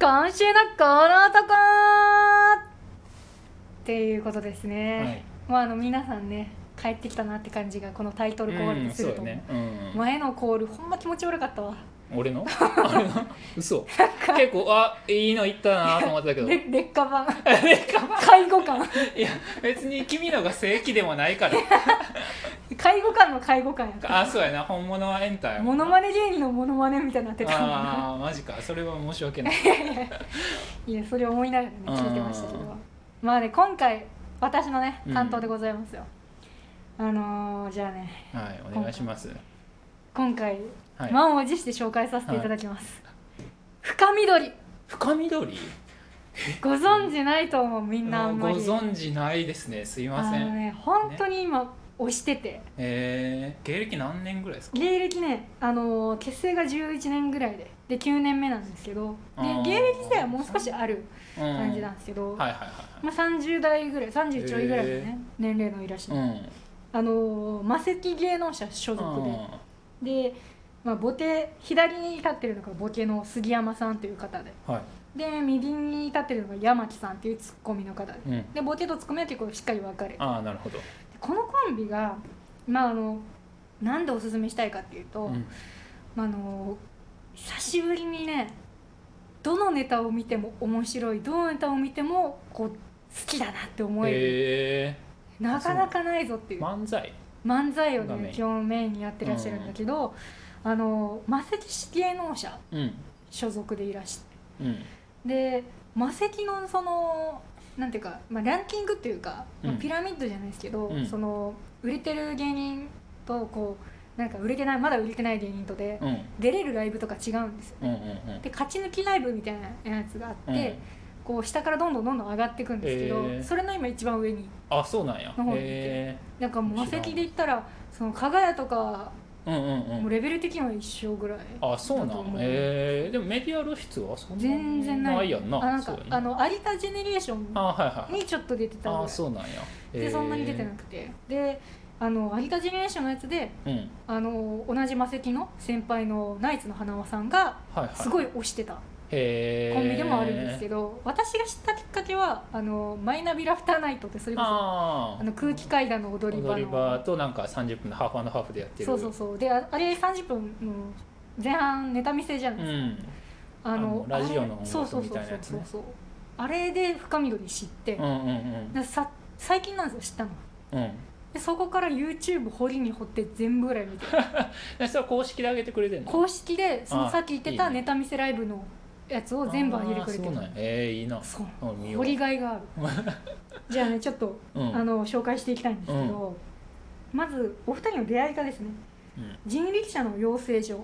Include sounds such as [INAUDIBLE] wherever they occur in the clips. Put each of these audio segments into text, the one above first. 今週のこの男っていうことですね、まはいああの皆さんね帰ってきたなって感じがこのタイトルコールですそうるだと、ね、うん前のコールほんま気持ち悪かったわ俺 [LAUGHS] のあれの嘘結構あいいの言ったなと思ってたけどれ劣化 [LAUGHS] 版介護官いや別に君のが正規でもないから [LAUGHS] 介護官の介護官やからあそうやな本物はエンターやモノマネ芸人のモノマネみたいになってたもんなああマジかそれは申し [LAUGHS] 訳ないいやそれ思いながらねうん聞いてましたけどまあね今回私のね担当でございますよ、あのー、じゃあねはいお願いします今回、はい満を持して紹介させていただきます、深緑深緑ご存知ないと思うみんなあんごまり存知ないですねすいませあのんね本当に今推しててえー、芸歴何年ぐらいですか芸歴ね、あのー結成が11年ぐらいでで9年目なんですけどあでー芸歴自体はもう少しある感じなんはですけど、いはいはいまあ、30代ぐらい30ちょいぐらいのね、へー年齢のいらっしゃはいる、うんあのー魔石芸能者所属でで、まあ、ボケ左に立ってるのがボケの杉山さんという方ではいで右に立ってるのが山木さんというツッコミの方でうんでボケとツッコミは結構しっかり分かれてああなるほどこのコンビが、まあ、あのなんでおすすめしたいかっていうと、うんまあ、あの久しぶりにねどのネタを見ても面白いどのネタを見てもこう好きだなって思える、えなかなかないぞっていー、う漫才漫才をがメイねン基本メインにやってらっしゃるんだけど、あの魔石芸能者うん所属でいらしてうんで魔石のそのなんていうか、まあ、ランキングっていうか、まあうんピラミッドじゃないですけど、うんその売れてる芸人とこうなんか売れてないまだ売れてない芸人とで、うん出れるライブとか違うんですようんうんうんで勝ち抜きライブみたいなやつがあって、うんこう下からどんどんどんどん上がっていくんですけど、へーそれの今一番上にあそうなんやの方に行ってえなんかもう魔知ら石んで言ったらその加賀屋とかー、うんうんもううんレベル的には一緒ぐらい、あそうだなとん思うえー、でもメディア露出はそんな全然ないないやんなあなんかそうやなあの有田ジェネレーションあはいはいはいにちょっと出てたぐらあいそうなんやでそんなに出てなくてであの有田ジェネレーションのやつでえー、うんあの同じ魔石の先輩のナイツの花輪さんがはいはいすごい推してたへーコンビでもあるんですけど、私が知ったきっかけはあのマイナビラフターナイトってそれこそあああの空気階段の踊り場踊のり場となんか30分のハーフハーフでやってるそうそうそうでああれ30分の前半ネタ見せじゃないですか、んあのあのラジオのあれそうそうそう音楽みたいなやつそうねそうあれで深緑知って、うんうんうんでさ最近なんですよ知ったのうんでそこから YouTube 掘りに掘って全部ぐらい見てでそれは公式で上げてくれてんの公式でそのさっき言ってあたいいねネタ見せライブのやつを全部上げてくれてあーそうるなんやえー、いいなそうあ見よう掘りがいがあるじゃあねちょっとうんあの紹介していきたいんですけど、まずお二人の出会いがですねうん人力車の養成所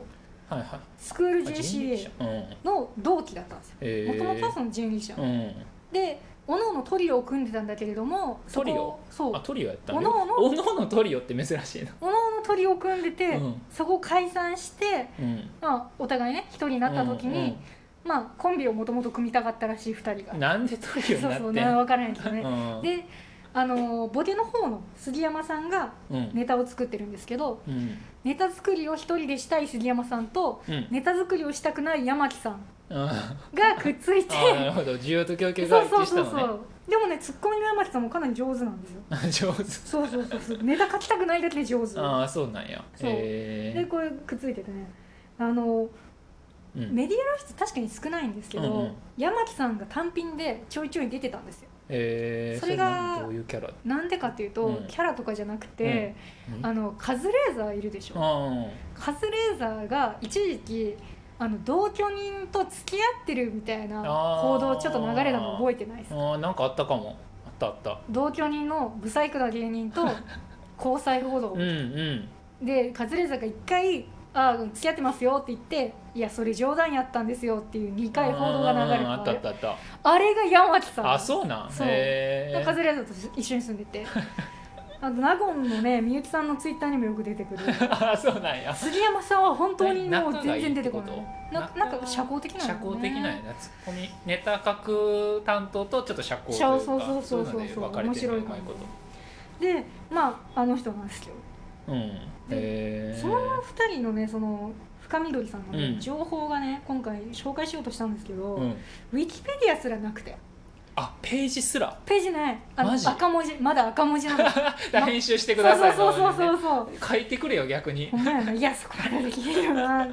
はいはいスクールあ人力 JCA 車うんの同期だったんですよえもともとはーその人力車、うんでおのおのトリオを組んでたんだけれどもそこトリオそうあトリオやったおのおのおのおのトリオって珍しいなおのおのトリオを組んでて、うんそこを解散して、うんまあ、お互いね一人になった時に、まあ、コンビをもともと組みたかったらしい二人がうんうん、なんでトリオにそうなそうっなんてんかの分からないですよね、うんであのボケの方の杉山さんがうんネタを作ってるんですけどうんネタ作りを一人でしたい杉山さんとうんネタ作りをしたくない山木さんあがくっついてーあーなるほど需要と供給そがう一そう致しそたうそのうでもねツッコミの山木さんもかなり上手なんですよね上手そうそうそうそうネタ書きたくないだけで上手 [LAUGHS] ああそうなんやそうえでこれくっついててねあのーうんメディア露出確かに少ないんですけど、うんうん山木さんが単品でちょいちょい出てたんですよえー、そそれれががどういうキャラなんでかっていうと、うんキャラとかじゃなくて、うんあのカズレーザーいるでしょあカズレーザーが一時期あの同居人と付き合ってるみたいなあー報道ちょっと流れたの覚えてないですーあーなんかあったかもあったあった同居人のブサイクな芸人 [LAUGHS] と交際報道うんうんでカズレーザーが一回「あー付き合ってますよ」って言って「いやそれ冗談やったんですよ」っていう2回報道が流れうんうんうんあったあったたあったあれが山木さんあそうなんそうへカズレーザーと一緒に住んで [LAUGHS] てあと納言のねみゆきさんのツイッターにもよく出てくるえ [LAUGHS] ー、あそうなんや杉山さんは本当にもう全然出てこない仲がいいってことななんか社交的なのね社交的なんやなツッコミネタ書く担当とちょっと社交というかそうそうそうそうそういので分かれてる面白いねうまいこでまああの人なんですけど、とうんへえその二人のねその深緑さんのね、うん情報がね今回紹介しようとしたんですけど、うん、ウィキペディアすらなくてあページすらページないあのマジ赤文字まだ赤文字なの [LAUGHS] そ編集してくださういそうそうなそのうそうにね書いてくれよ逆にほんまやないやそこまでできるよな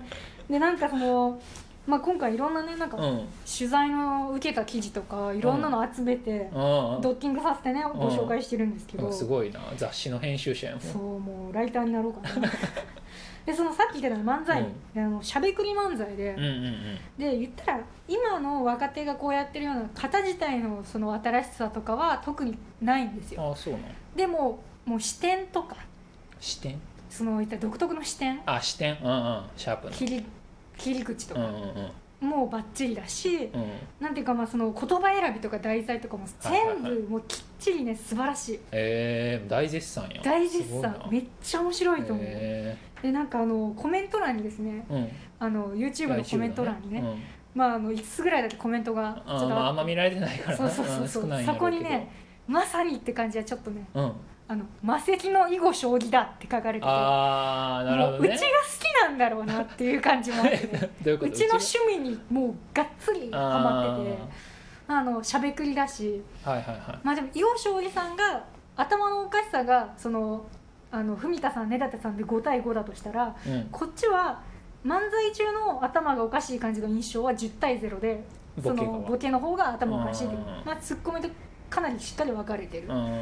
でなんかその、まあ、今回いろんなねなんかうんうん取材の受けた記事とかいろんなの集めて、ドッキングさせてねご紹介してるんですけうど、んすごいな雑誌の編集者やもんそうもうライターになろうかな [LAUGHS] でそのさっき言ってた漫才、あのしゃべくり漫才で、うんうんで言ったら今の若手がこうやってるような型自体のその新しさとかは特にないんですうよんあそうなのでももう視点とか視点そのいった独特の視点あ視点うんうんシャープ切り切り口とのうか、んうんうんもうバッチリだし、うんなんていうかまあその言葉選びとか題材とかもはいはいは全い部もうきっちりね素晴らしいえー、大絶賛や大絶す賛ごいめっちゃ面白いなと思う、えでなんかあのコメント欄にですねーうんあの YouTube のコメント欄にね、うんまああの5つぐらいだけコメントがちょっあとーまあ、あんあまって見られてないからなそうそうそうそうん少ないんやろそこにうけどねまさにって感じはちょっとねうん、 「あの魔石の囲碁将棋だ」って書かれててああなるほもどううねちが好きなんだろうなっていう感じもあって、ね、 [LAUGHS] どういうこうとちの趣味にもうがっつりハマっててあのしゃべくりだしあーはいはいはいまあでも囲碁将棋さんが頭のおかしさがそのあの文田さん根建さんで5対5だとしたらうん、こっちは漫才中の頭がおかしい感じの印象は10対0でそボケがのボケの方が頭おかしいといううんまあツッコミとかなりしっかり分かれてるうん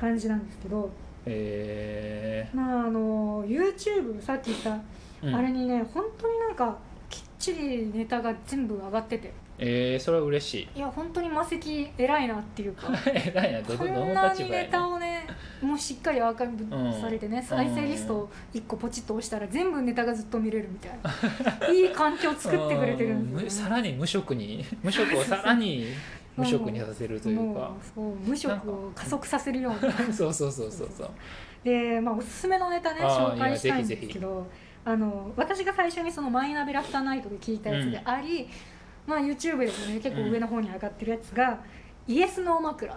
感じなんですけど、えまああの YouTube さっき言った、ーうん、あれにね本当になんかきっちりネタが全部上がっててえー、それは嬉しいい [LAUGHS] や本当に魔石偉いなっていうか偉いなどこどどんのな立に場やネねタをねもうしっかりアーカイうんブされてね、再生リストを1個ポチッと押したら全部ネタがずっと見れるみたいないい環境作ってくれてるんうんむですさよ、ね、らに無職に無職をさらに無職にさせるというもかうそう無職を加速させるような [LAUGHS] そうそうそうそうそうで、まあ、おすすめのネタねあー紹介したいんですいやけぜひぜどあの私が最初にその「マイナビラフターナイト」で聞いたやつであり、まあ、YouTube でもね結構上の方に上がってるやつが「イエス・ノー・枕」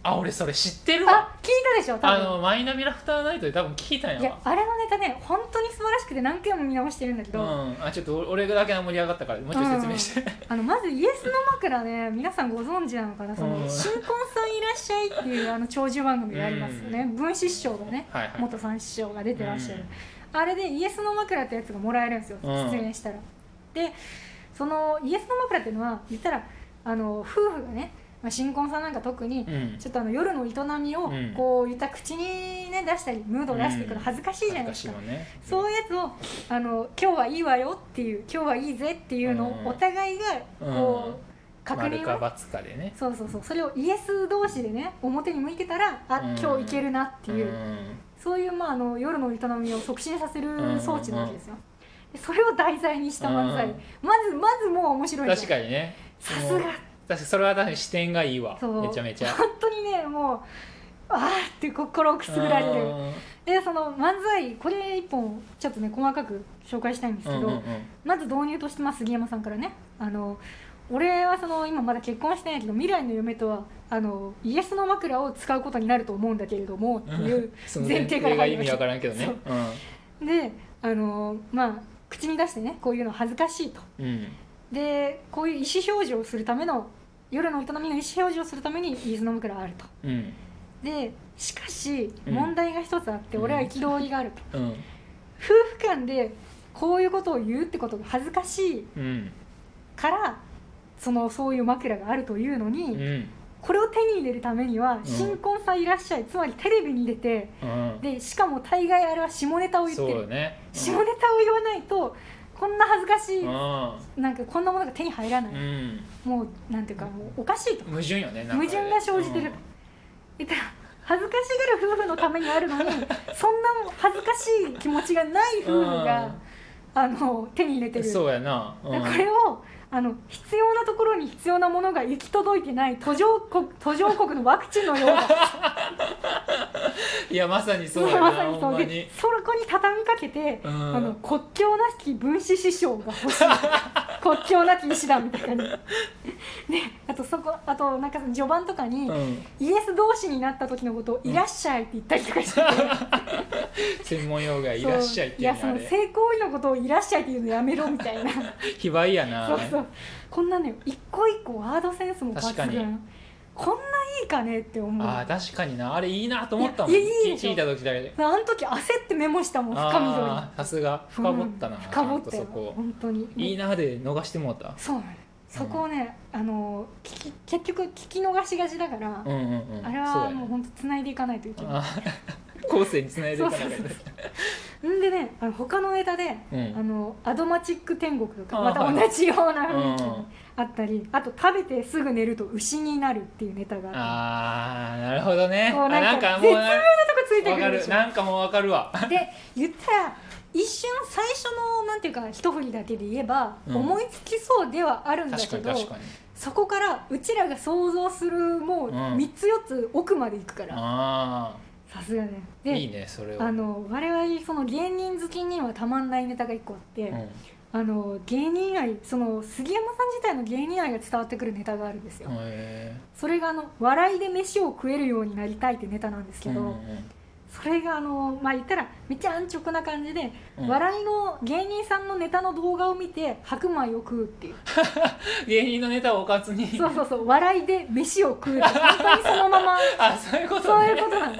あ俺それ知ってるわあ聞いたでしょ多あ分のマイナビラフターナイトで多分聞いたんいややわあれのネタね本当に素晴らしくて何回も見直してるんだけうど、ん、あちょっと俺だけは盛り上がったからもうちょっと説明して、あのまず「イエス・ノー・枕ね」皆さんご存知なのかな「そのうん新婚さんいらっしゃい」っていうあの長寿番組がありますよね、う文枝師匠がねはいはい元さん師匠が出てらっしゃる、あれで「イエスの枕」ってやつがもらえるんですようん出演したら、でその「イエスの枕」っていうのは言ったらあの夫婦がね、まあ、新婚さんなんか特にうんちょっとあの夜の営みをうんこう言った口にね出したりムードを出していくうんの恥ずかしいじゃないですか、恥ずかしいわねそういうやつをあの今日はいいわよっていう今日はいいぜっていうのうんをお互いがこう、確丸認かをね×かでねそうそうそうそれをイエス同士でね表に向いてたらあうん今日いけるなっていう、んそういう、まあ、あの夜の営みを促進させる装置なわけですよ。でそれを題材にした漫才、うんまずまずもう面白いじゃん確かにねさすが確かにそれは確かに視点がいいわそうめちゃめちゃ本当にねもうあーって心をくすぐられうるんでその漫才これ一本ちょっとね細かく紹介したいんですうけんうんど、うんまず導入としてまあ杉山さんからねあの俺はその今まだ結婚してないけど未来の嫁とはあのイエスの枕を使うことになると思うんだけれどもって [LAUGHS] いうその前提からが入るわ意味けわからんけどねであのまあ口に出してねこういうの恥ずかしいとうんうんでこういう意思表示をするための夜の営みの意思表示をするためにイエスの枕があるとうんでしかしうん問題が一つあって、うん俺は憤りがあると、うん夫婦間でこういうことを言うってことが恥ずかしいうんからそのそういう枕があるというのに、うんこれを手に入れるためにはん新婚さんいらっしゃい、つまりテレビに出てうんでしかも大概あれは下ネタを言ってそうる、よね下ネタを言わないとこんな恥ずかしい、うなんかこんなものが手に入らない、んうんもうなんていうかもうおかしいと矛盾よねなんか矛ね盾が生じてる、言ったら恥ずかしがる夫婦のためにあるのにそんな恥ずかしい気持ちがない夫婦が、あの手に入れうてんるそうやなうんこれをあの必要なところに必要なものが行き届いてない途上国途上国のワクチンのようないやまさに [LAUGHS] そうやなまさにほんそうまでにそこに畳みかけて、うんあの国境なき分子師匠が [LAUGHS] 欲しい国境なき医師だみたいなねあとそこあとなんかその序盤とかに、うんイエス同士になった時のことを「いらっしゃい」って言ったりとかしてて、専門用語がいらっしゃいっていうやのそあのれ性行為のことをいらっしゃいっていうのやめろみたいな非売やそなうそうこんなね一個一個ワードセンスも確か抜に群こんないいかねって思うあー確かになあれいいなと思ったもんいやいやいいでしょ聞いた時だけであの時焦ってメモしたもん深緑あーさすが深掘ったな、うん深掘ったちゃんよとそこ本当にいいなで逃してもうたそうなのよそこをね、あの聞き結局聞き逃しがちだから、うんうんうんあれそうはやねもう本当繋いでいかないといけなあー後世に繋いでいかなきゃいけそうないいんでねあの他のネタで、うんあのアドマチック天国とかあーまた同じような雰囲気うんにあったり、あと食べてすぐ寝ると牛になるっていうネタがあっあーなるほどねこうあなんかなんかもうなてとこついてわくかるでるしょなんかもうわかるわで言ったら一瞬最初のなんていうか一振りだけで言えば、うん思いつきそうではあるんだ確かけどに確かにそこからうちらが想像するもううん3つ4つ奥まで行くからあさすがねあでいいねそれはあの我々その芸人好きにはたまんないネタが1個あって、うんあの芸人愛その杉山さん自体の芸人愛が伝わってくるネタがあるんですよ、へそれがあの「笑いで飯を食えるようになりたい」ってネタなんですーけど、うんうんそれがあのまあ言ったらめっちゃ安直な感じで、うん笑いの芸人さんのネタの動画を見て白米を食うっていう芸人のネタをおかずにそうそうそう笑いで飯を食うって本当にそのま [LAUGHS] まあそういうことねそういうことなの。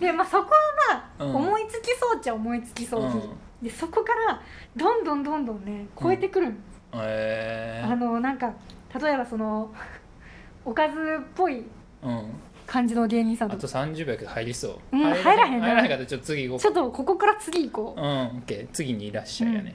でまあそこはまあ、うん思いつきそうっちゃ思いつきそうで,、うんでそこからどんどんどんどんね超えてくるの、へえあのなんか例えばそのおかずっぽいうん感じの芸人さんあとと30秒やけど入りそううん入らへんね入らへんかったらちょっと次行こちょっとここから次行こううんオッケー次にいらっしゃいやね